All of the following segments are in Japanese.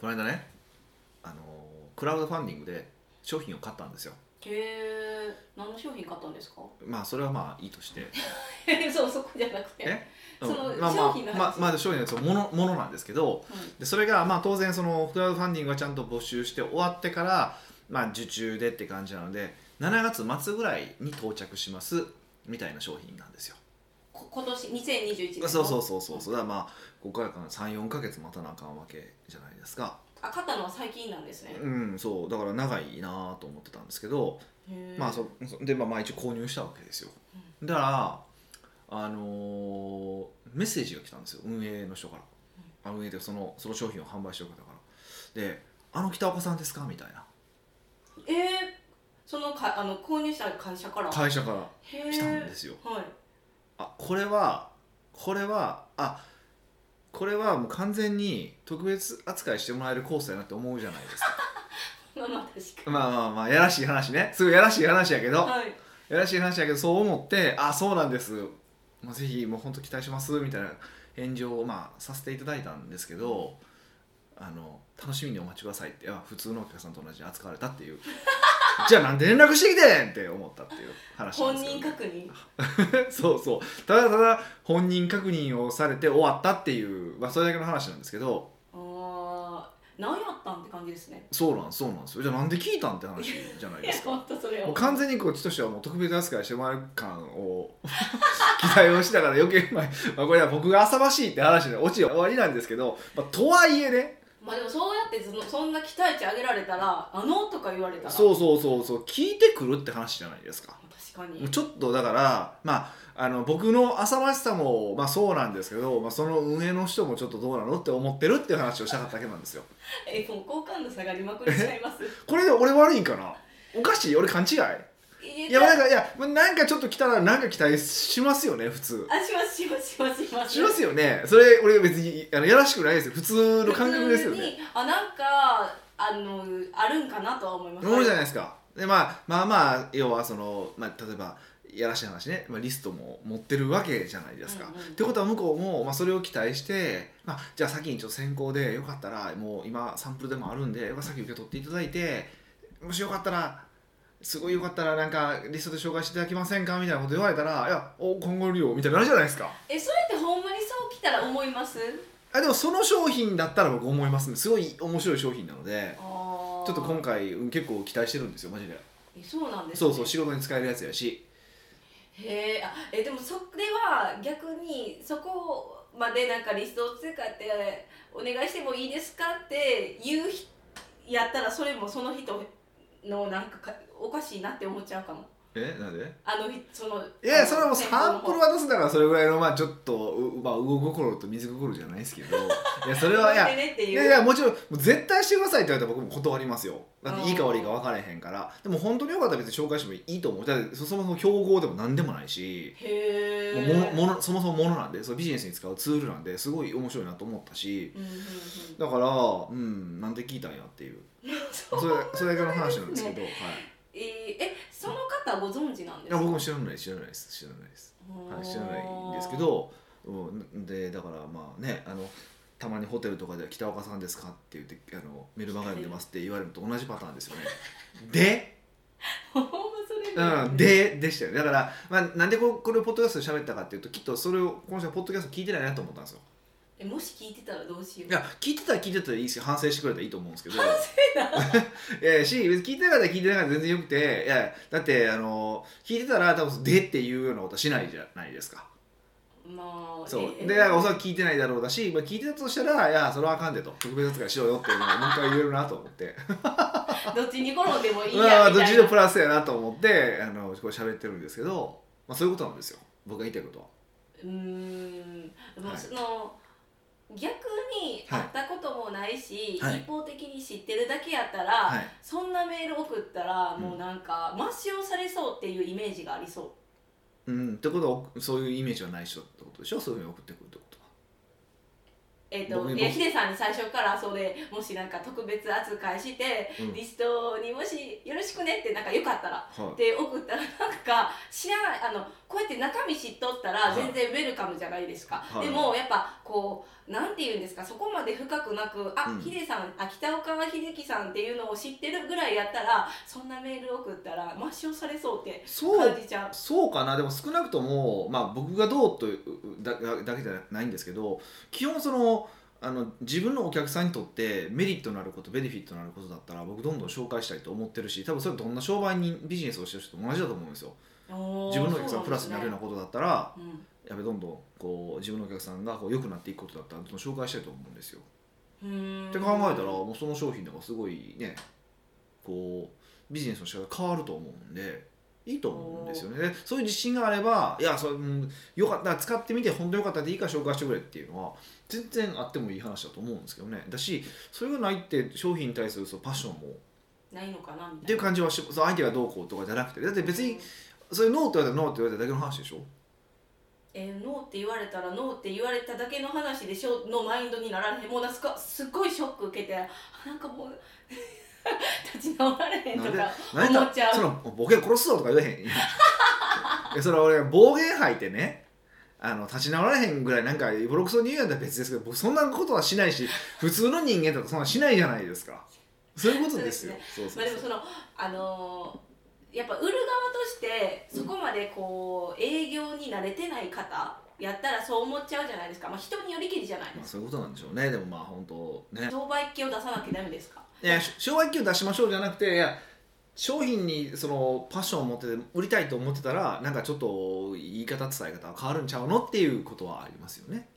この間ねあのクラウドファンディングで商品を買ったんですよへえ何の商品買ったんですかまあそれはまあいいとして そうそこじゃなくてえ そのうんまあま商あ品の話まあまあ商品のやつものものなんですけどうんでそれがまあ当然そのクラウドファンディングがちゃんと募集して終わってから、まあ、受注でって感じなので7月末ぐらいに到着しますみたいな商品なんですよこ今年2021年のそうそうそうそうそうだからまあここから34か月待たなあかんわけじゃないですかあ買ったのは最近なんですね、うんそうだから長いなあと思ってたんですけどへーまあ、そそで、まあ、まあ一応購入したわけですよ、だから、あのーメッセージが来たんですよ運営の人から、あ運営でそのその商品を販売してる方からで「あの北岡さんですか?」みたいなえー、そのかあの購入した会社から会社からへー来たんですよ、はいあこれはこれはあこれはもう完全に特別扱いしてもらえるコースやなって思うじゃないです かまあまあ確かまあまあまあやらしい話ねすごいやらしい話やけどにはいやらしい話やけどそう思ってあそうなんですもうぜひもう本当期待しますみたいな返上をまあさせていただいたんですけどあの楽しみにお待ちくださいってあ普通のお客さんと同じに扱われたっていう じゃあなんで連絡してきてんって思ったっていう話なん本ですけど、人確 認そうそうただただ本人確認をされて終わったっていう、まあ、それだけの話なんですけどああ何やったんって感じですねそうなんそうなんですよじゃあなんで聞いたんって話じゃないいでやすか本当それもうは完全にこっちとしてはもう特別扱いしてもらう感を期待をしながら余計うまい、まあ、 これは僕が浅ましいって話で落ちは終わりなんですけど、まあ、とはいえねまあでもそうやってそのそんな期待値上げられたらあのとか言われたらそううそうそうそう聞いてくるって話じゃないですか確かにもうちょっとだからまああの僕の浅ましさも、まあ、そうなんですけど、まあ、その運営の人もちょっとどうなのって思ってるっていう話をしたかっただけなんですよ えもう好感度下がりまくりしちゃいますこれで俺悪いんかなおかしい俺勘違いいいやなんかかいやなんかちょっと来たらなんか期待しますよね普通あしますしますしますしますしますよねそれ俺別にあのやらしくないですよ普通の感覚ですよ普通ねにあなんかあのあるんかなとは思います思うじゃないですかで、まあ、まあまあ要はその、まあ、例えばやらしい話ね、まあ、リストも持ってるわけじゃないですか、うんうんってことは向こうも、まあ、それを期待して、まあ、じゃあ先にちょっと先行でよかったらもう今サンプルでもあるんで先受け取っていただいてもしよかったらすごいよかったらなんかリストで紹介していただけませんかみたいなこと言われたらいやお今後るよみたいになるじゃないですかえそれってほんまにそう来たら思いますあでもその商品だったら僕思いますねすごい面白い商品なのであーちょっと今回うん結構期待してるんですよマジでえそうなんです、そね、うそう仕事に使えるやつやしへーあえでもそれは逆にそこまでなんかリストを使ってお願いしてもいいですかって言う人やったらそれもその人のなんかかおかしいなって思っちゃうかもえなんであのひそのいあやのそれはもう先サン方プルの方渡すんだからそれぐらいのまあちょっとう、まあ、魚心と水心じゃないです けどいやそれはいややってねっていういやいやもちろんもう絶対してくださいって言われたら僕も断りますよだっていいかうん悪いか分からへんからでも本当によかったら別に紹介してもいいと思うだってそもそも競合でも何でもないしへもうえものものそもそもものなんでそれビジネスに使うツールなんですごい面白いなと思ったしうんうんうんだからうんなんで聞いたんやっていうそ れそれだけの話なんですけど、はい、えーえその方ご存知なんでいすやか僕も知らない知らないです知らないです、はい、知らないんですけど、うん、でだからまあねあのたまにホテルとかで「北岡さんですか?」って言ってあのメルマガ読んでますって言われるのと同じパターンですよね。 で ほんまそれうん、ででしたよねだから、まあ、なんでここれをポッドキャストで喋ったかっていうときっとそれをこの人はポッドキャスト聞いてないなと思ったんですよえもし聞いてたらどうしよういや聞いてたら聞いてたらいいし反省してくれたらいいと思うんですけど反 な省いやし別に聞いてなかったら聞いてなかったら全然よくていやだってあの聞いてたら多分でっていうようなことはしないじゃないですかまあそうえでなんかおそらく聞いてないだろうだし、まあ、聞いてたとしたらいやそれはあかんでと特別扱いしろよっていうのをもう一回言えるなと思って どっちに転んでもいいやみたいな、まあどっちでもプラスやなと思ってあのこう喋ってるんですけど、まあ、そういうことなんですよ僕が言いたいことは。うーんもはういその、逆にはい会ったこともないし、はい一方的に知ってるだけやったら、はいそんなメール送ったら、うんもうなんか抹消されそうっていうイメージがありそううん、ってことはそういうイメージはない人ってことでしょそういうふうに送ってくるってことはえっと僕いやヒデさんに最初からそれもしなんか特別扱いして、うんリストにもしよろしくねってなんかよかったらはいで送ったらなんか知らないあのこうやって中身知っとったはらい全然ウェルカムじゃないですか、はいでもやっぱこうなんて言うんですかそこまで深くなくあ、うんヒデさんあ北岡秀樹さんっていうのを知ってるぐらいやったらそんなメール送ったら抹消されそうってそう感じちゃうそうかなでも少なくとも、まあ、僕がどうというだだけじゃないんですけど基本そのあの自分のお客さんにとってメリットのあることベネフィットのあることだったら僕どんどん紹介したいと思ってるし多分それどんな商売にビジネスをしてる人と同じだと思うんですよ自分のお客さんがプラスになるようなことだったら、うな、うんやっぱりどんどんこう自分のお客さんがこう良くなっていくことだったらどんどん紹介したいと思うんですよ。うーんって考えたらもうその商品とかすごいねこうビジネスの仕方が変わると思うんでいいと思うんですよねでそういう自信があればいやそれ、うん、よかった使ってみて本当よかったでいいから紹介してくれっていうのは全然あってもいい話だと思うんですけどねだしそれがないって商品に対するそのパッションもないのかなみったていいうな感じはしその相手がどうこうとかじゃなくてだって別にそれノーって言われたらノーって言われただけの話でしょえーノーって言われたらノーって言われただけの話でしょのマインドになられへんもうなんかすっごいショック受けてあなんかもう 立ち直られへんとなんでか何思っちゃうそのボケ殺すぞとか言えへんい やそれは俺暴言吐いてねあの立ち直られへんぐらいなんかボロクソに言うんやったら別ですけど僕そんなことはしないし普通の人間だとそんなしないじゃないですかそういうことですよそうまあでもそのあのーやっぱ売る側としてそこまでこう営業に慣れてない方やったらそう思っちゃうじゃないですか、まあ、人によりきりじゃないまであすそういうことなんでしょうねでもまあ本当ねか商売っ気を出さなきゃダメですかいやし昭和一級出しましょうじゃなくていや商品にそのパッションを持ってて売りたいと思ってたらなんかちょっと言い方伝え方は変わるんちゃうのっていうことはありますよね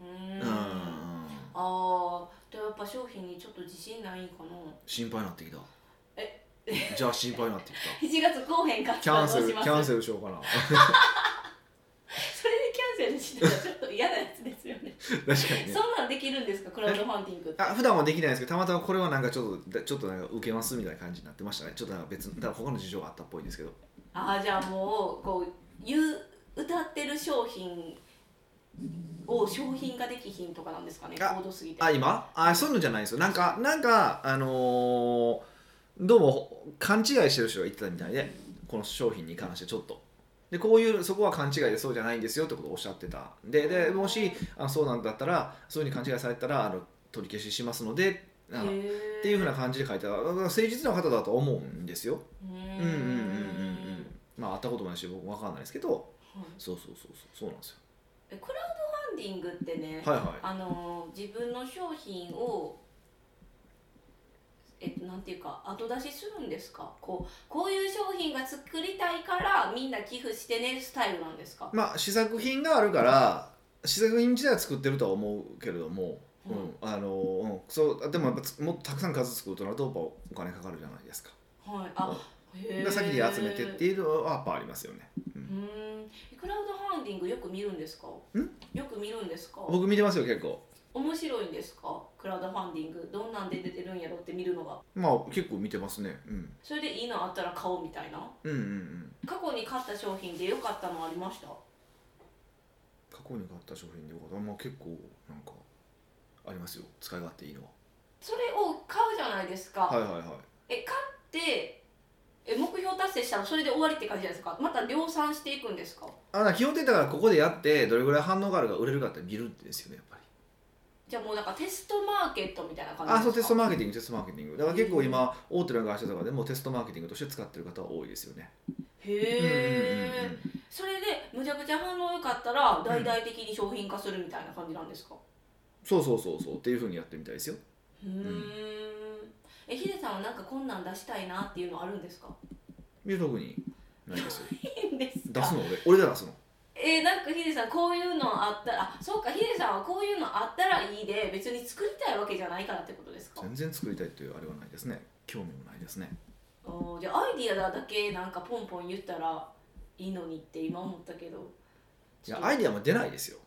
うーんうんああーでもやっぱ商品にちょっと自信ないんかな 心配になってきたえじゃあ心配になってき た7月後編かったキャらンどセうルキしますャンセルしようかな それでキャンセルしたらちょっと嫌なやつですよね確かにねそんなんできるんですかクラウドファンディングってあ普段はできないんですけどたまたまこれはなんかちょっとだちょっとなんか受けますみたいな感じになってましたねちょっとなんか別だから他の事情があったっぽいんですけどああじゃあもうこう言う歌ってる商品を商品化できひんとかなんですかねあ高度すぎてあ今あそういうのじゃないんですよなんかなんかあのーどうも勘違いしてる人が言ってたみたいでこの商品に関してちょっとでこういうそこは勘違いでそうじゃないんですよってことをおっしゃってたででもしあそうなんだったらそういうふうに勘違いされたらあの取り消ししますのであのっていうふうな感じで書いてあるだから誠実な方だと思うんですようんうんうんうんうんうんうんうんまあ会ったこともないし僕も分かんないですけどそうそうそうそうそうなんですよクラウドファンディングってね、はいはいあのー自分の商品をえっと、なんていうか後出しするんですかこうこういう商品が作りたいからみんな寄付してねスタイルなんですかまあ試作品があるから試作品自体は作ってるとは思うけれども、うんうんあのうん、そうでもやっぱつもっとたくさん数作るとなるとやっぱお金かかるじゃないですかはいあへでえ先に集めてっていうのはやっぱありますよね、うんうーんクラウドファンディングよく見るんですかよく見るんですか僕見てますよ結構面白いんですかクラウドファンディングどんなんで出てるんやろって見るのがまあ結構見てますね、うん、それでいいのあったら買おうみたいなうんうんうん過去に買った商品で良かったのありました過去に買った商品でよかったまあ結構なんかありますよ使い勝手いいのそれを買うじゃないですか、ははいはいはいえ買ってえ目標達成したらそれで終わりって感じじゃないですかまた量産していくんですかあだから基本的にだからここでやってどれぐらい反応があるか売れるかって見るんですよねやっぱりじゃあもうなんかテストマーケットみたいな感じあそうテでスすトかマーケティングテストマーケティングだから結構今大手の会社とかでもテストマーケティングとして使ってる方は多いですよねへえ、それでむちゃくちゃ反応良かったら大々的に商品化するみたいな感じなんですかそうそうそうそうっていうふうにやってみたいですようーんえヒデさんはなんかこんなん出したいなっていうのあるんですかいや特にないですよいいんです出かすの俺俺が出すのえーなんかヒデさんこういうのあったらあそうかヒデさんはこういうのあったらいいで別に作りたいわけじゃないからってことですか全然作りたいというあれはないですね興味もないですねおーじゃあアイディアだけなんかポンポン言ったらいいのにって今思ったけどいやアイディアも出ないですよ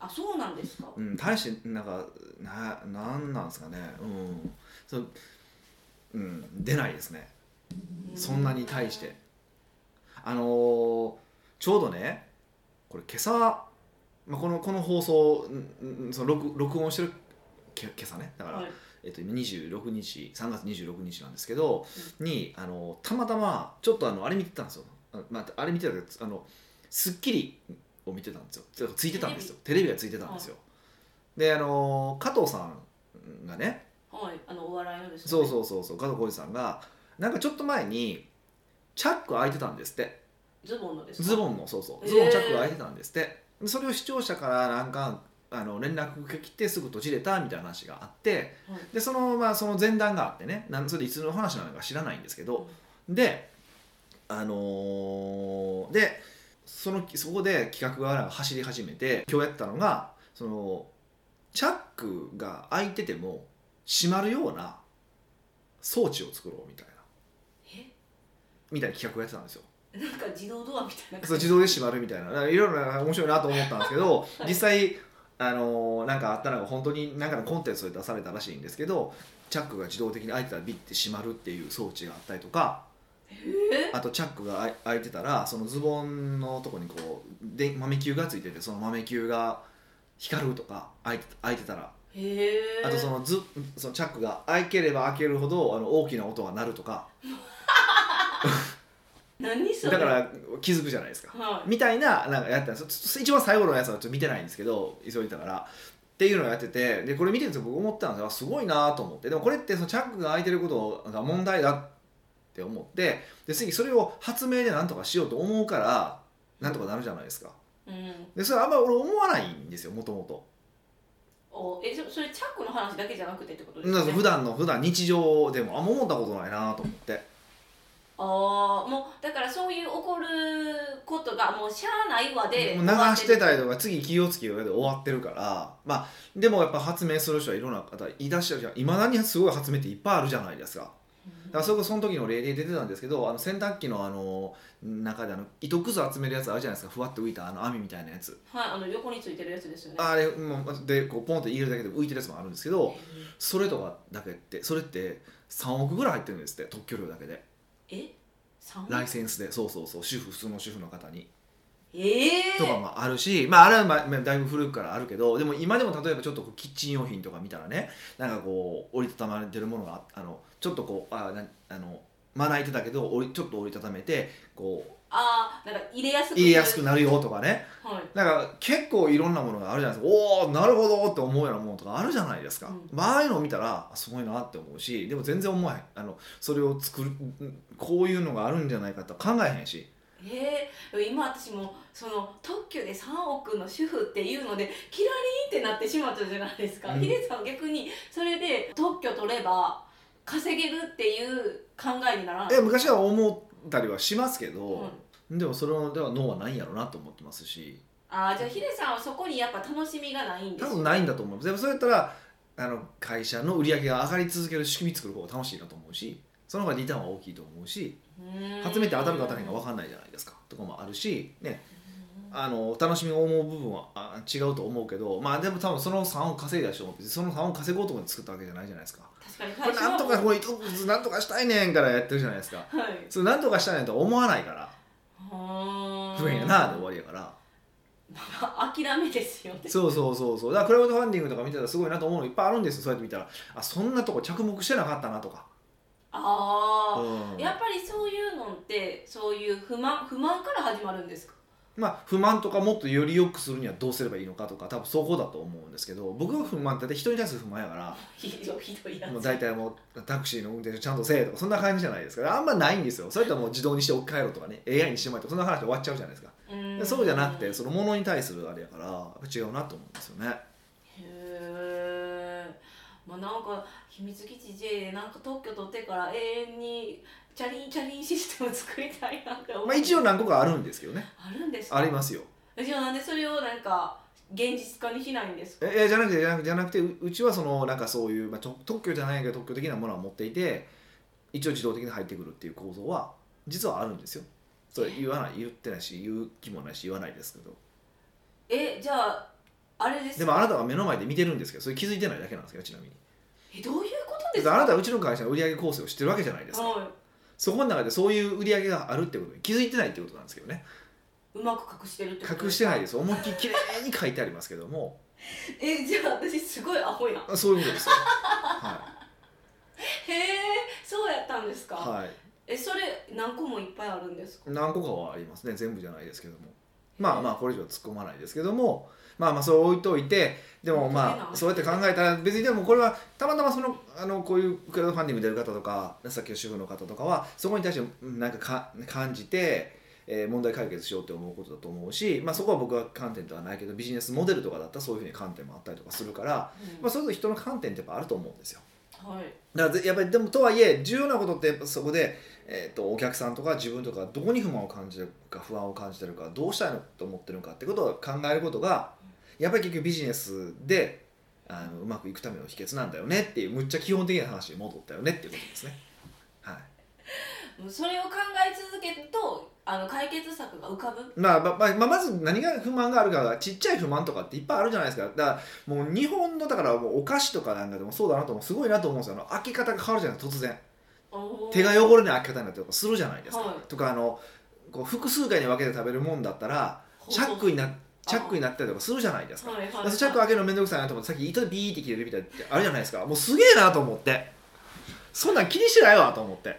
あそうなんですかうん大してなんかななんなんですかねうんそううん出ないですねそんなに対してあのーちょうどねこれ今朝、まあ、このこの放送んんその録録音してるけ今朝ねだから、はいえっと、今26日3月26日なんですけど、にあのたまたまちょっとあのあれ見てたんですよあ,、まあ、あれ見てたけどあの『スッキリ』を見てたんですよつついてたんですよテレビがついてたんですよ、であの加藤さんがねはいあのお笑いのですそううそうそうそう加藤浩次さんがなんかちょっと前にチャック開いてたんですってズボンのですズンボンのそうそうへーズボンのチャックが開いてたんですって、でそれを視聴者からなんかあの連絡が来てすぐ閉じれたみたいな話があってはいでその,、まあ、その前段があってねなんそれいつの話なのか知らないんですけどであのーでそのそこで企画がなんか走り始めて今日やったのがそのチャックが開いてても閉まるような装置を作ろうみたいなみたいな企画をやってたんですよ。えなんか自動ドアみたいなそう自動で閉まるみたいななんかいろいろなんか面白いなと思ったんですけど、実際あのーなんかあったのが本当になんかのコンテンツで出されたらしいんですけどチャックが自動的に開いてたらビッて閉まるっていう装置があったりとかえあとチャックがあい開いてたらそのズボンのとこにこうで豆球がついててその豆球が光るとか開いて開いてたらへえあとそのずそのチャックが開ければ開けるほどあの大きな音が鳴るとか何そだかれら気づくじゃないですか。はいみたいななんかやってたんですよちょっと一番最後のやつはちょっと見てないんですけど急いでたからっていうのをやっててでこれ見てるんですよ僕思ったんですよあすごいなと思ってでもこれってそのチャックが開いてることが問題だって思ってで次それを発明でなんとかしようと思うからなんとかなるじゃないですかうんでそれあんま俺思わないんですよもともとおえそそれチャックの話だけじゃなくてってことですだよからね普段の普段日常でもあんま思ったことないなと思ってああもうだからそういう怒ることがもうしゃあないわでもう流してたりとか次気をつけようで終わってるからまあでもやっぱ発明する人はいろんな方言い出してるじゃんいまだにすごい発明っていっぱいあるじゃないですかだからそこその時の例で出てたんですけどあの洗濯機のあの中であの糸くず集めるやつあるじゃないですかふわっと浮いたあの網みたいなやつはいあの横についてるやつですよねあれもうでこうポンって入れるだけで浮いてるやつもあるんですけどそれとかだけってそれって3億ぐらい入ってるんですって特許料だけでえ三ライセンスでそうそうそう主婦普通の主婦の方にええとかもあるし、まあ、あれはまあまあだいぶ古くからあるけどでも今でも例えばちょっとこうキッチン用品とか見たらねなんかこう折りたたまれてるものがああのちょっとこうあなあのまな板だけど折りちょっと折りたためてこうああなんか入れやすく入れやすくなるよとかねはいなんか結構いろんなものがあるじゃないですかおおなるほどって思うようなものとかあるじゃないですか、うんまあああいうのを見たらあすごいなって思うしでも全然思わへんあのそれを作るうんこういうのがあるんじゃないかとは考えへんしええ今私もその特許で3億の主婦っていうのでキラリンってなってしまったじゃないですか、うんヒデさんは逆にそれで特許取れば稼げるっていう考えにならないえ昔は思ったりはしますけど、はいでもそれでは脳はないんやろうなと思ってますしああじゃあヒデさんはそこにやっぱ楽しみがないんで多す分ないんだと思いますでもそれやったらあの会社の売り上げが上がり続ける仕組み作る方が楽しいなと思うしその方がリターンは大きいと思うし初めて当たるか当たらないか分かかんないじゃないですかとかもあるし、ね、あの楽しみを思う部分はあ違うと思うけどまあでも多分その3を稼いだ人も別にその3を稼ごうと思って作ったわけじゃないじゃないですか確かにこ最れ初はなんとかこれ一つなんとかしたいねんからやってるじゃないですかはいそれなんとかしたいねんとは思わないからはー不便やなで終わりやから。まあ 諦めですよねそうそうそうそうだからクラウドファンディングとか見てたらすごいなと思うのいっぱいあるんですよそうやって見たらあそんなとこ着目してなかったなとか、ああうん、やっぱりそういうのってそういう不満不満から始まるんですかまあ不満とかもっとより良くするにはどうすればいいのかとか多分そこだと思うんですけど僕が不満って大体人に対する不満やか ひどいひどいや らつもう大体もうタクシーの運転手ちゃんとせえとかそんな感じじゃないですかあんまないんですよそれともう自動にして置き換えろとかね AI にしてもらえとかそんな話で終わっちゃうじゃないですかうーでんそうじゃなくてそのものに対するあれやからやっぱ違うなと思うんですよねへえまあなんか秘密基地 J でなんか特許取ってから永遠にチャリンチャリンシステム作りたいなって思う、まあ一応何個かあるんですけどねあるんですかありますよえじゃあなんでそれをなんか現実化にしないんですかええじゃなくてじゃなくてじゃなくてううちはそのなんかそういう、まあ、と特許じゃないけど特許的なものは持っていて一応自動的に入ってくるっていう構造は実はあるんですよそれ言わない言ってないし言う気もないし言わないですけどえじゃああれですでもあなたは目の前で見てるんですけどそれ気づいてないだけなんですよちなみにえどういうことだでってすかあなたはうちの会社の売上構成を知ってるわけじゃないですか、はそこの中でそういう売上があるってことに気づいてないってことなんですけどねいうまく隠してるってこと隠してないいですよ思いっきりきれいに書いてありますけどもえじゃあ私すごいアホやんへそういうことですよはえそうやったんですか、い、はい、えそれ何個もいっぱいあるんですか何個かはありますね全部じゃないですけどもまあまあこれ以上突っ込まないですけどもまあまあそれ置いといてでもまあそうやって考えたら別にでもこれはたまたまそのあのこういうクラウドファンディング出る方とかさっきの主婦の方とかはそこに対してうんなんかか感じて、えー問題解決しようって思うことだと思うし、まあ、そこは僕は観点ではないけどビジネスモデルとかだったらそういうふうに観点もあったりとかするから、まあ、それぞれ人の観点ってやっぱあると思うんですよ。はいだからぜやっぱりでもとはいえ重要なことってやっぱそこで、えー、とお客さんとか自分とかどこに不満を感じてるか不安を感じてるかどうしたいのと思ってるのかってことを考えることがやっぱり結局ビジネスであのうまくいくための秘訣なんだよねっていうむっちゃ基本的な話に戻ったよねっていうことですね。はいもうそれを考え続けるとあの解決策が浮かぶまあまあまあまあまず何が不満があるかがちっちゃい不満とかっていっぱいあるじゃないですかだからもう日本のだからもうお菓子とかなんかでもそうだなと思うすごいなと思うんですよあの開け方が変わるじゃない突然手が汚れない開け方になったりとかするじゃないですか、はいとかあのこう複数回に分けて食べるもんだったらチャックになチャックになったりとかするじゃないですかはいはい私チャック開けるの面倒くさいなと思ってさっき糸でビーって切れるみたいってあるじゃないですかもうすげえなと思ってそんなん気にしてないわと思って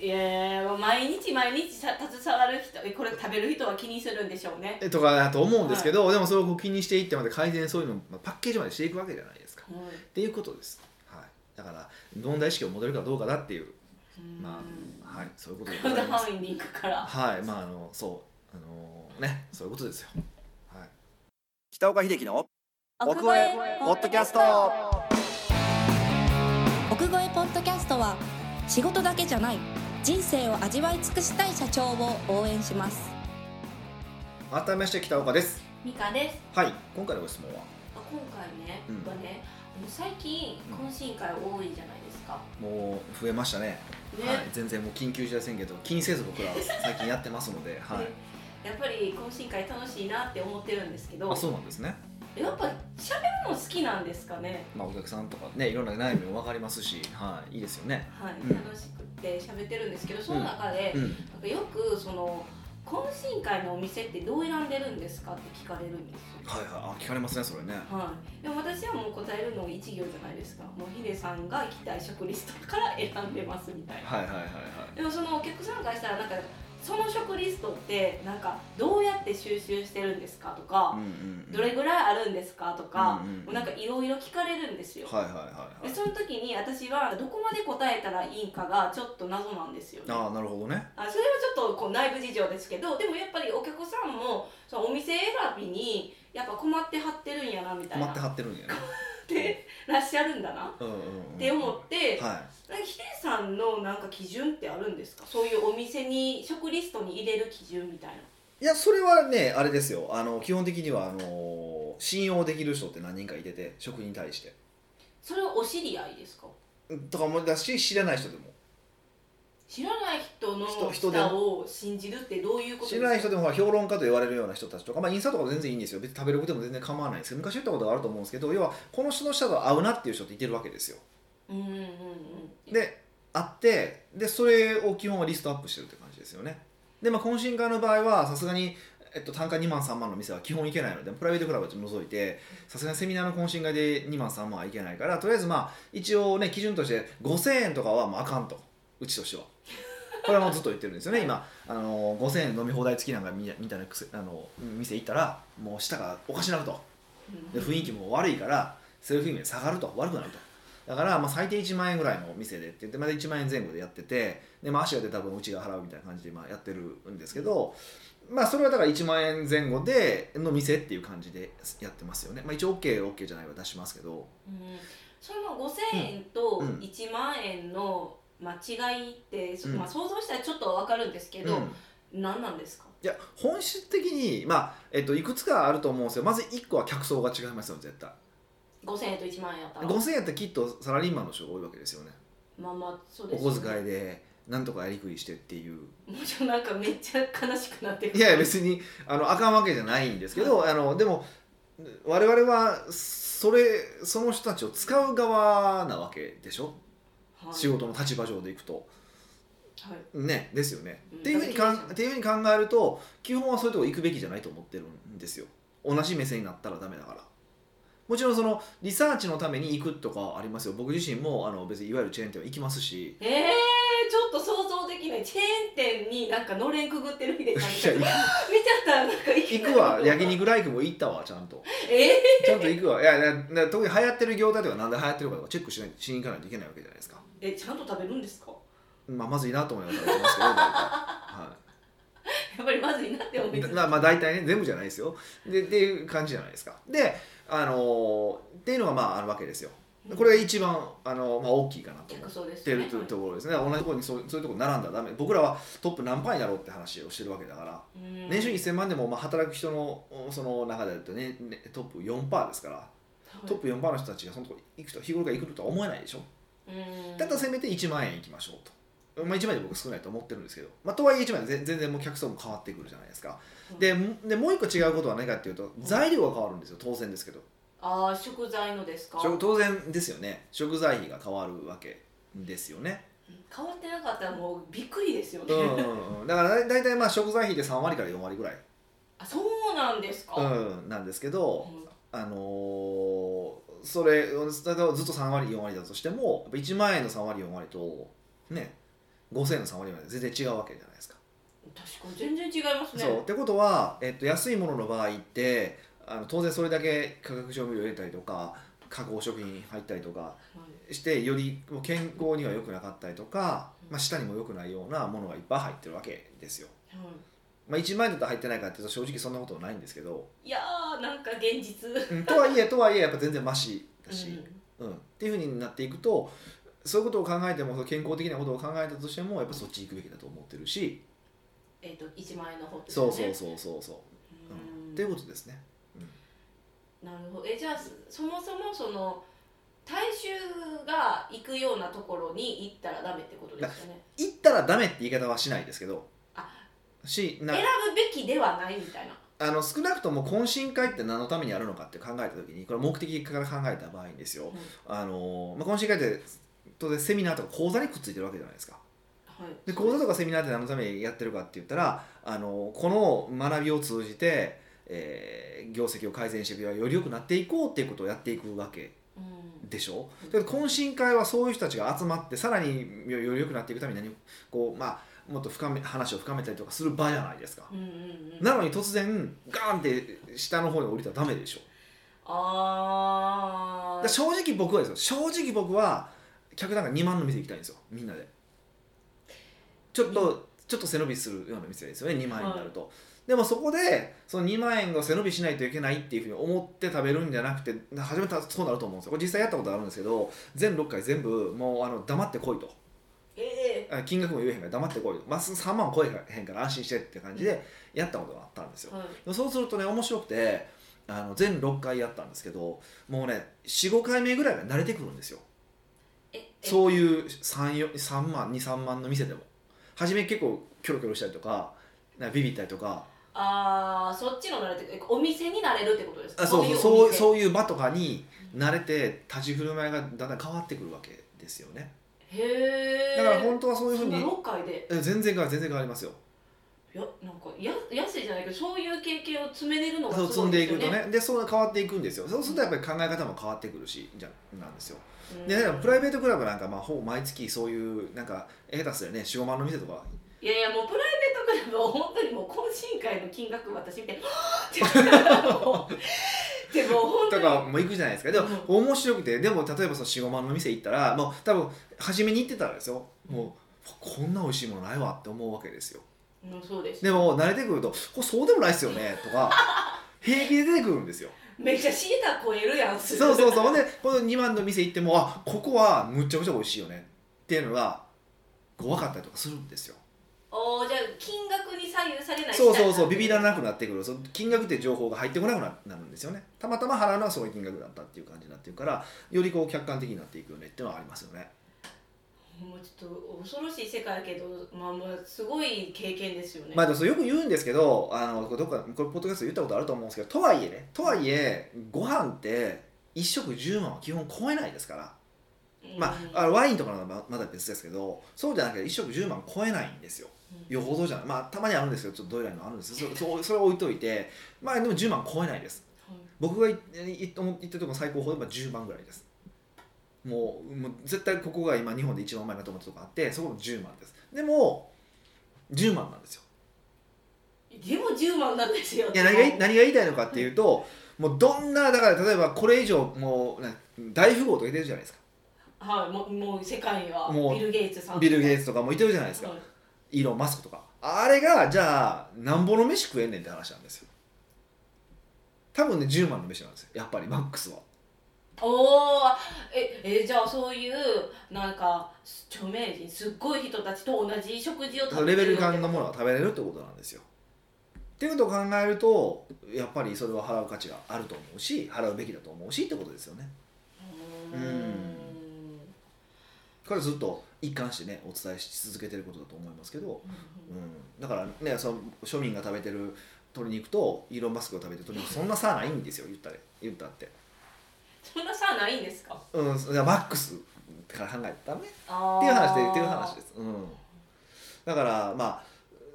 いやいや毎日毎日さ携わる人えこれ食べる人は気にするんでしょうねえとかだと思うんですけど、でもそれをこう気にしていってまで改善そういうのをまあパッケージまでしていくわけじゃないですかはいっていうことです、はい、だから問題意識を持てるかどうかだっていううんまあはいそういうことでクごラざいウドフ ますァンディングからはいまああのそうあのねそういうことですよはい北岡秀樹の奥越えポッドキャスト奥越えポッドキャストは仕事だけじゃない人生を味わい尽くしたい社長を応援します改めまして北岡ですミカですはい今回のご質問はあ今回ね、うんはねあの最近うん懇親会多いじゃないですかもう増えましたねね、はい、全然もう緊急事態宣言とか気にせず僕らは最近やってますので、はい、やっぱり懇親会楽しいなって思ってるんですけどあそうなんですね、やっぱ喋るの好きなんですかねまあ、お客さんとかねいろんな悩みも分かりますし、はい、いいですよねはい、うん楽しくて喋ってるんですけどその中で、うんなんかよくその懇親会のお店ってどう選んでるんですかって聞かれるんですよはいはいあ聞かれますねそれねはい、でも私はもう答えるの一行じゃないですかもうヒデさんが行きたい食リストから選んでますみたいなはいはいはいはいでもそのお客さんからしたらなんかその食リストってなんかどうやって収集してるんですかとか、うんうんうんどれぐらいあるんですかとか、うんうんもうなんかいろいろ聞かれるんですよ、はいはいはいはでいその時に私はどこまで答えたらいいんかがちょっと謎なんですよねああなるほどねあそれはちょっとこう内部事情ですけどでもやっぱりお客さんもそのお店選びにやっぱ困ってはってるんやなみたいな困ってはってるんやねってらっしゃるんだなっうんうんうんて思って、はなんかヒデさんのなんか基準ってあるんですかそういうお店に食リストに入れる基準みたいいいやそれはねあれですよあの基本的にはあの信用できる人って何人かいてて職員に対してなそれはお知り合いですかとかもだし知らない人でも知らない人の人人で舌を信じるってどういうこと知らない人ででもほら評論家と言われるような人たちとか、まあ、インスタとかも全然いいんですよ別に食べることでも全然構わないんですけど昔言ったことがあると思うんですけど要はこの人の舌と合うなっていう人っていてるわけですようんうんうんうんであってでそれを基本はリストアップしてるって感じですよねでまあ懇親会の場合はさすがに、えっと、単価2万3万の店は基本行けないのでプライベートクラブは除いてさすがにセミナーの懇親会で2万3万はいけないからとりあえずまあ一応ね基準として5000円とかはもうあかんとうちとしては。これはもうずっと言ってるんですよね今あの5000円飲み放題付きなんかみみたいなくせあの店行ったらもう舌がおかしなるとうでん雰囲気も悪いからセルフィールド下がると悪くなるとだからまあ最低1万円ぐらいのお店でって言ってまだ1万円前後でやっててで、まあ、足が出た分うちが払うみたいな感じでまあやってるんですけど、まあ、それはだから1万円前後での店っていう感じでやってますよね、まあ、一応 OKOK、OK じゃないは出しますけどうんその5000円とうん1万円の、まあ、違いって、そうんまあ、想像したらちょっとは分かるんですけうど、ん何なんですかいや本質的に、まあえっと、いくつかあると思うんですよまず1個は客層が違いますよ絶対5000円と1万円やったら5000円ってきっとサラリーマンの人が多いわけですよねまあまあそうおですよね小遣いでなんとかやりくりしてっていうもうちょっとなんかめっちゃ悲しくなってくるいやいや別にあのあかんわけじゃないんですけどあのでも我々はそれその人たちを使う側なわけでしょ、はい仕事の立場上でいくと。はいねですよね。うんっていうふうにかんだからっていうふうに考えると基本はそういうとこ行くべきじゃないと思ってるんですよ同じ目線になったらダメだから。もちろんそのリサーチのために行くとかありますよ僕自身もあの別にいわゆるチェーン店は行きますしえー、ちょっと想像でききないチェーン店になんかのれんくぐってるヒデちゃんみた いいな見ちやゃったらなんか行行くわ焼肉ライクも行ったわちゃんとえちゃんと行くわいやいやだから特に流行ってる業態とかなんで流行ってるかとかチェックしないしに行かないといけないわけじゃないですか、えちゃんと食べるんですかまあ、まずいなと思いながら食べてますけど大体、はいやっぱりまずいなって思いますまあまあ大体ね全部じゃないですよでっていう感じじゃないですかであのーっていうのがまああるわけですよこれが一番あのー、まあ、大きいかなと思逆そうでっすてよるねとところですね同じところにそうそういうところ並んだらダメ僕らはトップ何パーになろうって話をしてるわけだからうん年収1000万でもまあ働く人のその中でだとねねトップ4パーですからトップ4パーの人たちがそのとこ行くと日頃から行くとは思えないでしょうんだったらせめて1万円行きましょうと、まあ、1万円で僕少ないと思ってるんですけど、まあ、とはいえ1万円で全全然もう客層も変わってくるじゃないですかでもでもう一個違うことは何かっていうと材料が変わるんですよ当然ですけどああ食材のですか食当然ですよね食材費が変わるわけですよね、変わってなかったらもうびっくりですようね、んうんうん、だからだ大体まあ食材費で3割から4割ぐらい、 あそうなんですか、うん、なんですけど、うんあのーそれ例えばずっと3割4割だとしてもやっぱ1万円の3割4割とね5000円の3割4割で全然違うわけじゃないですか確かに全然違いますねそうってことは、えっと、安いものの場合ってあの当然それだけ化学調味料入れたりとか加工食品入ったりとかはいしてよりもう健康には良くなかったりとか、まあ、舌にも良くないようなものがいっぱい入ってるわけですよ。はまあ、1万円だったら入ってないかっていうと正直そんなことはないんですけど、いいやーなんか現実うん、とはいえとはいえやっぱ全然マシだし、うんうん、っていうふうになっていくとそういうことを考えてもその健康的なことを考えたとしてもやっぱそっち行くべきだと思ってるしえっ、と一万円の方ですそねうそうそうそうそうう、んっていうことですね。なるほどえじゃあそもそもその大衆が行くようなところに行ったらダメってことですよね行ったらダメって言い方はしないですけどあしな選ぶべきではないみたいなあの少なくとも懇親会って何のためにあるのかって考えた時にこれ目的から考えた場合にですよ、うんあのまあ、懇親会って当然セミナーとか講座にくっついてるわけじゃないですか。はいで講座とかセミナーって何のためにやってるかって言ったらあのこの学びを通じて、えー業績を改善してより良くなっていこうっていうことをやっていくわけうんでしょだけど懇親会はそういう人たちが集まってさらによより良くなっていくために何こう、まあ、もっと深め話を深めたりとかする場じゃないですか、うんうんうんなのに突然ガーンって下の方に降りたらダメでしょだかあーら正直僕はですよ正直僕は客なんか2万の店行きたいんですよみんなでちょっと、ちょっと背伸びするような店ですよね2万円になると、でもそこでその2万円が背伸びしないといけないっていうふうに思って食べるんじゃなくて初めたそうなると思うんですよこれ実際やったことあるんですけど全6回全部もうあの黙ってこいとええあ金額も言えへんから黙ってこいと、まあ、3万超えへんから安心してって感じでやったことがあったんですよはいそうするとね面白くてあの全6回やったんですけどもうね45回目ぐらいが慣れてくるんですよええそういう3万23万の店でも初め結構キョロキョロしたりとかなんかビビったりとかああそっちの慣れてえお店になれるってことですかあそうそういそうお店そういう場とかに慣れて立ち振る舞いがだんだん変わってくるわけですよねへえだから本当はそういうふそうにの6回でえ全然変わる全然変わりますよいやなんかや安いじゃないけどそういう経験を積めれるのがすそごう積んでいですくよとねでそう変わっていくんですよそうするとやっぱり考え方も変わってくるしじゃなんですよでだからプライベベートクラブなんかまあほぼ毎月そういうなんか下手するね45万の店とかいやいやもうプライベートクラブは本当にもう懇親会の金額私見てって もうでも本当とにかも行くじゃないですかでも面白くてでも例えばその45万の店行ったらもう多分初めに行ってたらですよもうこんな美味しいものないわって思うわけですようんそうですでも慣れてくるとこれそうでもないっすよねとか平気で出てくるんですよめっちゃシータ超えるやんそうそうそううほんでこの2万の店行ってもあここはむちゃくちゃ美味しいよねっていうのが怖かったりとかするんですよおーじゃあ金額に左右されないそうそうそうビビらななくなってくるその金額って情報が入ってこなくななるんですよねたまたま払うのはそういう金額だったっていう感じになってるからよりこう客観的になっていくよねっていうのはありますよねもうちょっと恐ろしい世界やけどまあまあすごい経験ですよね、まあでもそれよく言うんですけどあのこれどっかこれポッドキャストで言ったことあると思うんですけどとはいえねとはいえご飯って1食10万は基本超えないですから、うんまあ、あのワインとかのはままだ別ですけどそうじゃなくて1食10万超えないんですようんよほどじゃないまあたまにあるんですけどちょっとどういうのあるんですけどそそそれは置いといてまあでも10万超えないです僕がいい思ってたところ最高峰でまあ10万ぐらいですもうもう絶対ここが今日本で一番うまいなと思ったとこあってそこも10万ですでも10万なんですよでも10万なんですよいや何が何が言いたいのかっていうと、もうどんなだから例えばこれ以上もうな大富豪とかいてるじゃないですはいもうもう世界はもうビル・ゲイツさかんビル・ゲイツツとかもいてるじゃないですか、はいイーロン・マスクとかあれがじゃあなんぼの飯食えんねんって話なんですよ多分ね10万の飯なんですよやっぱりマックスはおーええじゃあそういうなんか著名人すっごい人たちと同じ食事を食べレベてるルって感のものが食べれるってことなんですよっていうことを考えるとやっぱりそれは払う価値があると思うし払うべきだと思うしってことですよねうーうんこれずっと一貫してねお伝えし続けてることだと思いますけどうん、だからねその庶民が食べてる鶏肉とイーロン・マスクが食べてる鶏肉そんな差ないんですよ言ったら言ったって、そんな差ないんですかうん、それはマックスから考えたらねっっていう話でっていう話ですす、うん、だからまあ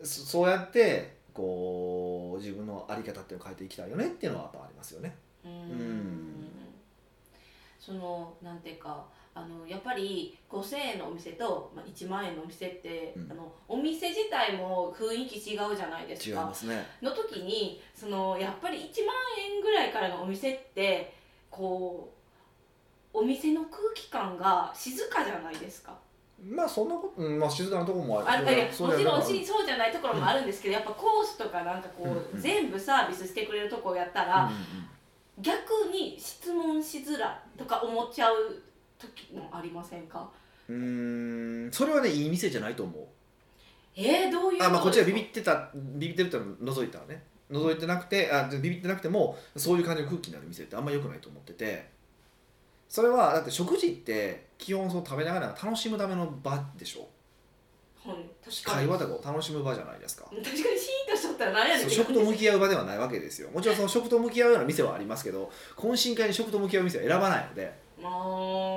そそうやってこう自分の在り方っていうのを変えていきたいよねっていうのはやっぱありますよねうーんんそのなんていうかあのやっぱり5,000円のお店と、まあ、1万円のお店って、うんあのお店自体も雰囲気違うじゃないです違いかま。すねの時にそのやっぱり1万円ぐらいからのお店ってこうお店の空気感が静かじゃないですか。まあそんなこと、うんまあ、静かなところもああいるやそうもだちよろんだからしそうじゃないところもあるんですけど、やっぱコースとかなんかこう、うんうん全部サービスしてくれるとこやったら、逆に質問しづらいとか思っちゃう時もありませんかうんうんうーんそれはねいい店じゃないと思うえー、どういうあまあ、こっちでがすビかビってたビビってるってのを除いたらね覗いてなくてあビビってなくてもそういう感じの空気になる店ってあんま良くないと思っててそれはだって食事って基本その食べながら楽しむための場でしょはい確か会に話とかを楽しむ場じゃないですか確かにシーンとしとったら何やねそんう食と向もき合う場ではないわけですよもちろんその食と向き合うような店はありますけど懇親会に食と向き合う店は選ばないのであー、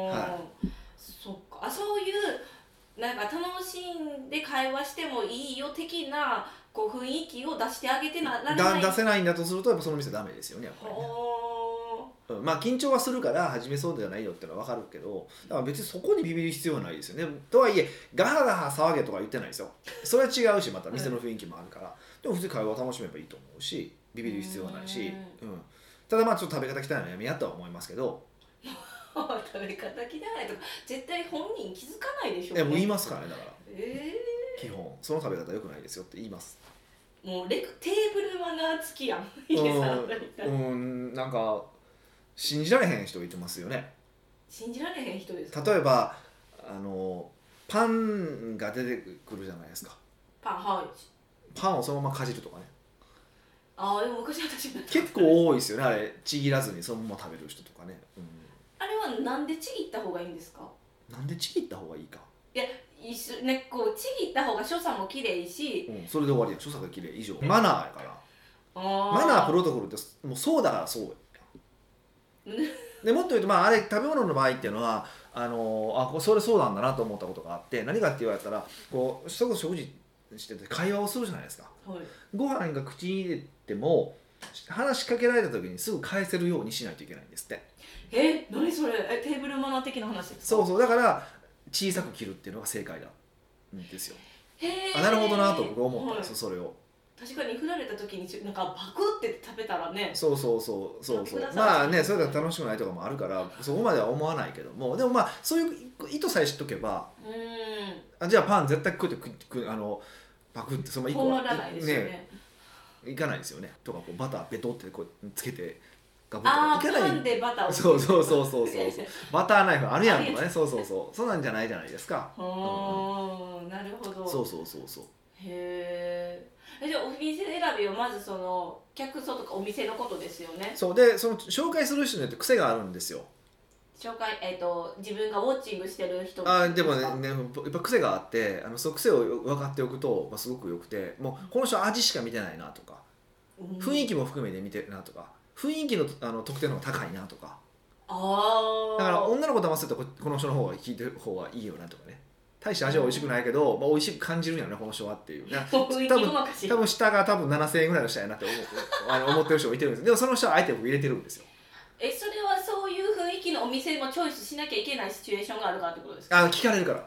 そっかあそういうなんか楽しんで会話してもいいよ的なこう雰囲気を出してあげてなならなだい出せないんだとするとやっぱその店ダメですよねやっぱりねほうんまあ緊張はするから始めそうじゃないよってのは分かるけどだから別にそこにビビる必要はないですよねとはいえガハガハ騒げとか言ってないですよそれは違うしまた店の雰囲気もあるから、でも普通に会話を楽しめばいいと思うしビビる必要はないし、うんただまあちょっと食べ方汚いのはやめやとは思いますけどー 食べ方嫌いとか絶対本人気づかないでしょいやもう言いねますからねだからえ基本その食べ方良くないですよって言いますー、もうレクテーブルマナー付きやんヒデさんみたいなうんなんか信じられへん人いてますよね信じられへん人ですか例えばあのパンが出てくるじゃないですかパンはいパンをそのままかじるとかねああでも昔私も結構多いですよねあれちぎらずにそのまま食べる人とかね、うあれはなんでちぎった方がいいんですかん、なんでちぎった方がいいか、一緒ねこうちぎった方が所作も綺麗しうん、それで終わりや著作が綺麗以上マナーやからママナープロトコルってもうそうだからそうやん でもっと言うと、まあ、あれ食べ物の場合っていうのはあのあこそれそうなんだなと思ったことがあって何かって言われたらこうそこそこ食事してて会話をするじゃないですかはいご飯が口に入れても話しかけられた時にすぐ返せるようにしないといけないんですってえ何それえテーブルマナー的な話ですかそうそうだから小さく切るっていうのが正解なんですよへーあなるほどなと僕は思ったんですよ、はそれをい確かに振られた時にちょなんかパクって食べたらねそうそうそうそうそう食べてくださいまあねそれだと楽しくないとかもあるからそこまでは思わないけどもでもまあそういう意図さえ知っとけばうーあじゃあパン絶対食うって食う食うあのパクってそのまんま一個困はらないですよねいかないですよねとかこうバターベトってこうつけてガブあッとあいかパないンでバターをそうそうそうそう そうそうバターナイフあるやんとあかねそうそうそうそうなんじゃないじゃないですかほーなるほどそうそうそうそうへーえじゃあお店選びはまずその客層とかお店のことですよねそうでその紹介する人によって癖があるんですよ紹介えっ、と自分がウォッチングしてる人あでもねですかねやっぱ癖があってあのその癖を分かっておくと、まあ、すごくよくてもうこの人味しか見てないなとかうん雰囲気も含めて見てるなとか雰囲気のあの得点の方が高いなとかああだから女の子騙せるとここの人の方が聞いてる方がいいよなとかね大して味は美味しくないけど、まあ、美味しく感じるんやろねこの人はっていういや雰囲気多ご分まかし多分下が多分7000円ぐらいの下やなって思うあの思ってる人もいてるんですでもその人はあえて僕入れてるんですよえそれはそういう雰囲気のお店もチョイスしなきゃいけないシチュエーションがあるからってことですかあ聞かれるから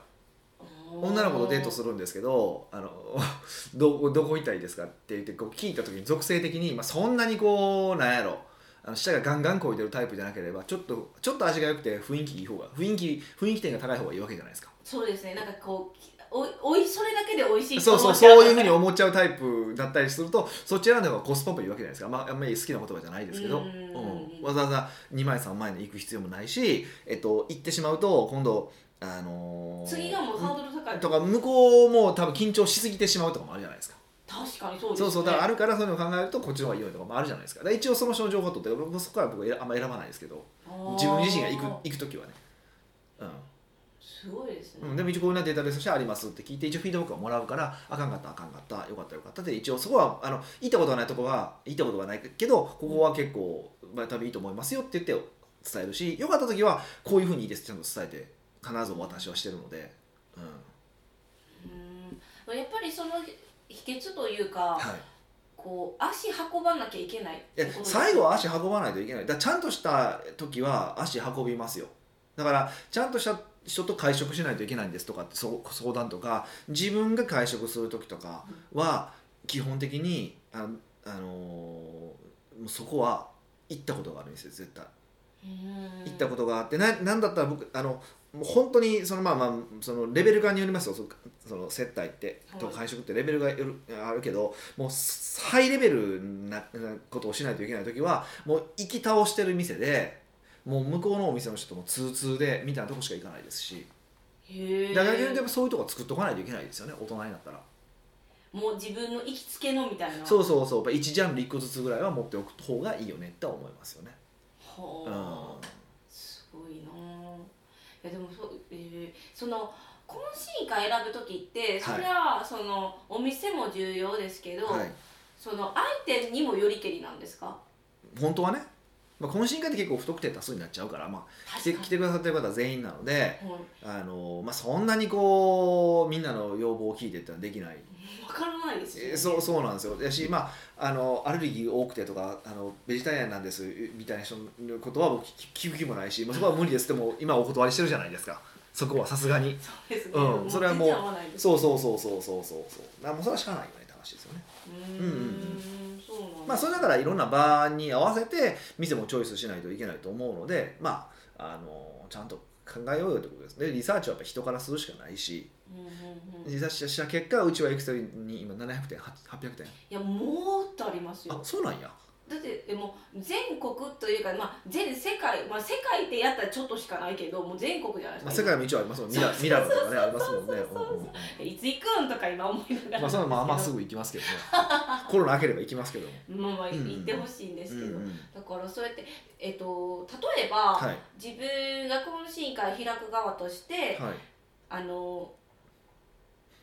うーん女の子とデートするるんですけど「あの どどこ行ったらいいですか?」って言ってこう聞いた時に属性的に、まあ、そんなにこうなんやろあの舌がガンガンこいてるタイプじゃなければちょっとちょっと味が良くて雰囲気いい方が雰囲気雰囲気点が高い方がいいわけじゃないですかそうですねなんかこうきおいおいそれだけで美味しいそうそうと思そういっちゃうふうに思っちゃうタイプだったりするとそっちらの方がコスパもいいわけじゃないですか、まあ、あんまり好きな言葉じゃないですけど、うんうんわざわざ2枚3枚に行く必要もないし、えっと、行ってしまうと今度あのー次がもうハードル高いとか向こうも多分緊張しすぎてしまうとかもあるじゃないですか確かにそうですそうねそうだからあるるからそういうのを考えるとこっちの方がいいよとかもあるじゃないですかだから一応その人の情報を取って僕そこから僕は選あんま選ばないですけど自分自身が行く行く時はねすごいですね、うん、うん、でも一応こういうようなデータベースとしてありますって聞いて一応フィードバックをもらうからあかんかったあかんかったよかったよかったで一応そこはあの行ったことがないとこは行ったことがないけどここは結構、まあ、多分いいと思いますよって言って伝えるしよかった時はこういうふうにいいですってちゃんと伝えて必ずお渡しはしてるので、うん、うんやっぱりその秘訣というか、はいこう足運ばなきゃいけないいや最後は足運ばないといけないだからちゃんとした時は足運びますよだからちゃんとした人と会食しないといけないんですとかってそう相談とか自分が会食する時とかは基本的にあの、あのーもうそこは行ったことがあるんですよ絶対行行ったことがあってななんだったら僕あのもう本当にそのまあまあそのレベル感によりますよそのその接待ってはいと会食ってレベルがよるあるけどもうすハイレベルななことをしないといけない時はもう行き倒してる店でもう向こうのお店の人とも通通でみたいなとこしか行かないですしへえだから逆に言うとやっぱそういうとこ作っとかないといけないですよね大人になったらもう自分の行きつけのみたいなそうそうそうやっぱ1ジャンル1個ずつぐらいは持っておく方がいいよねって思いますよねはうんあ、すごいなあいやでもそう、えーその懇親会選ぶ時ってはいそれはそのお店も重要ですけど、はいその相手にもよりけりなんですか本当はね、まあ、懇親会って結構不特定多数になっちゃうからまあ来て確かに来てくださってる方は全員なので、うんあのまあ、そんなにこうみんなの要望を聞いてってのはできない、わからないですよね、えそうそうなんですよだし、まあ、あのアレルギー多くてとかあのベジタリアンなんですみたいな人のことは僕聞く気もないし、まあ、そこは無理ですってもう今お断りしてるじゃないですかそこはさすがにそうですね、うんそれはもう全然合わないですそうそうそうそうそうそうそうだからもうそれはしかないよねって話ですよねうーんうんそうなんだまあ、それだからいろんな場に合わせて店もチョイスしないといけないと思うので、まあ、あのちゃんと考えようよってことですでリサーチはやっぱ人からするしかないしうんうんうんいリサーチした結果うちはエクセルに今700点は800点やもっとありますよあそうなんやだってでも全国というか、まあ、全世界、まあ、世界ってやったらちょっとしかないけどもう全国じゃないまであ、す世か、界も一応ありますもんミラミラノとかねありますもんねそうそうそうそううんうんうんいつ行くんとか今思いながらまあそのまあまあすぐぐ行きますけど ねコロナなければ行きますけどもまあまあうんうん行ってほしいんですけど、うんうんだからそうやって、えっと例えば、はい自分が懇親会開く側として、はいあの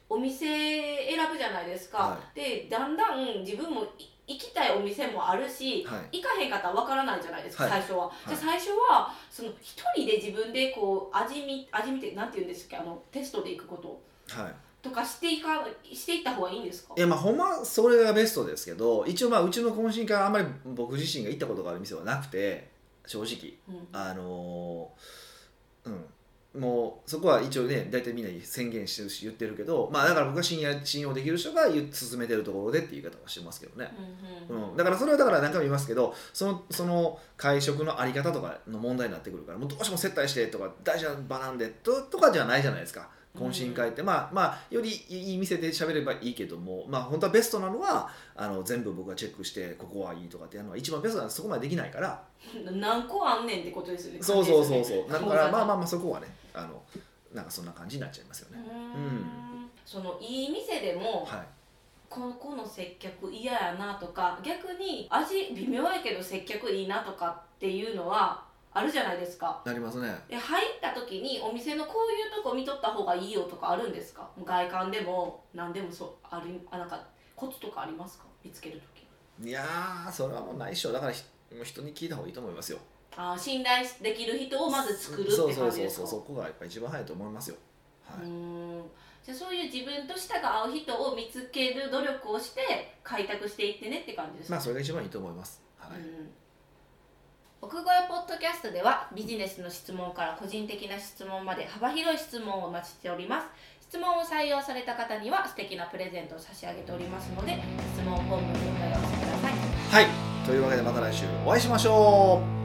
お店選ぶじゃないですか、はでだんだん自分もい行きたいお店もあるし、はい行かへんかったらわからないじゃないですか、はい最初は、いじゃあ最初はその一人で自分でこう味見味見ってなんて言うんですかあのテストで行くことはいとかしていかしていった方がいいんですかいやまあほんまそれがベストですけど一応まあうちの懇親会はあんまり僕自身が行ったことがある店はなくて正直うんあのーうんもうそこは一応ね大体みんなに宣言してるし言ってるけどまあだから僕が信用信用できる人が言う進めてるところでっていう言い方はしてますけどね、うんうんうん、だからそれはだから何回も言いますけどそのその会食のあり方とかの問題になってくるからもうどうしても接待してとか大事な場なんでととかじゃないじゃないですか懇親会って、まあまあよりいい店で喋ればいいけどもまあ本当はベストなのはあの全部僕がチェックしてここはいいとかってやるのは一番ベストなんですそこまでできないから何個あんねんってことですよね。そうそうそうそう。だ感かじですよねらまあまあまあそこはね、あのなんかそんな感じになっちゃいますようね。ー。うんそのいい店でも、はい。ここの接客嫌やなとか、逆に味微妙やけど接客いいなとかっていうのはあるじゃないですか。なりますね。で入った時にお店のこういうとこ見とった方がいいよとかあるんですか。外観でも何でもそうあるあなんかコツとかありますか。見つける時。いやーそれはもうないっしょ。だからひもう人に聞いた方がいいと思いますよ。あー信頼できる人をまず作るってそうそ感うじそうですそかう。そこがやっぱ一番早いと思いますよ。はうい。ーんじゃあそういう自分と舌が合う人を見つける努力をして開拓していってねって感じですまか、あそれが一番いいと思います。はい。うん奥越ポッドキャストではビジネスの質問から個人的な質問まで幅広い質問をお待ちしております質問を採用された方には素敵なプレゼントを差し上げておりますので質問フォームにお問い合わせくださいはいというわけでまた来週お会いしましょう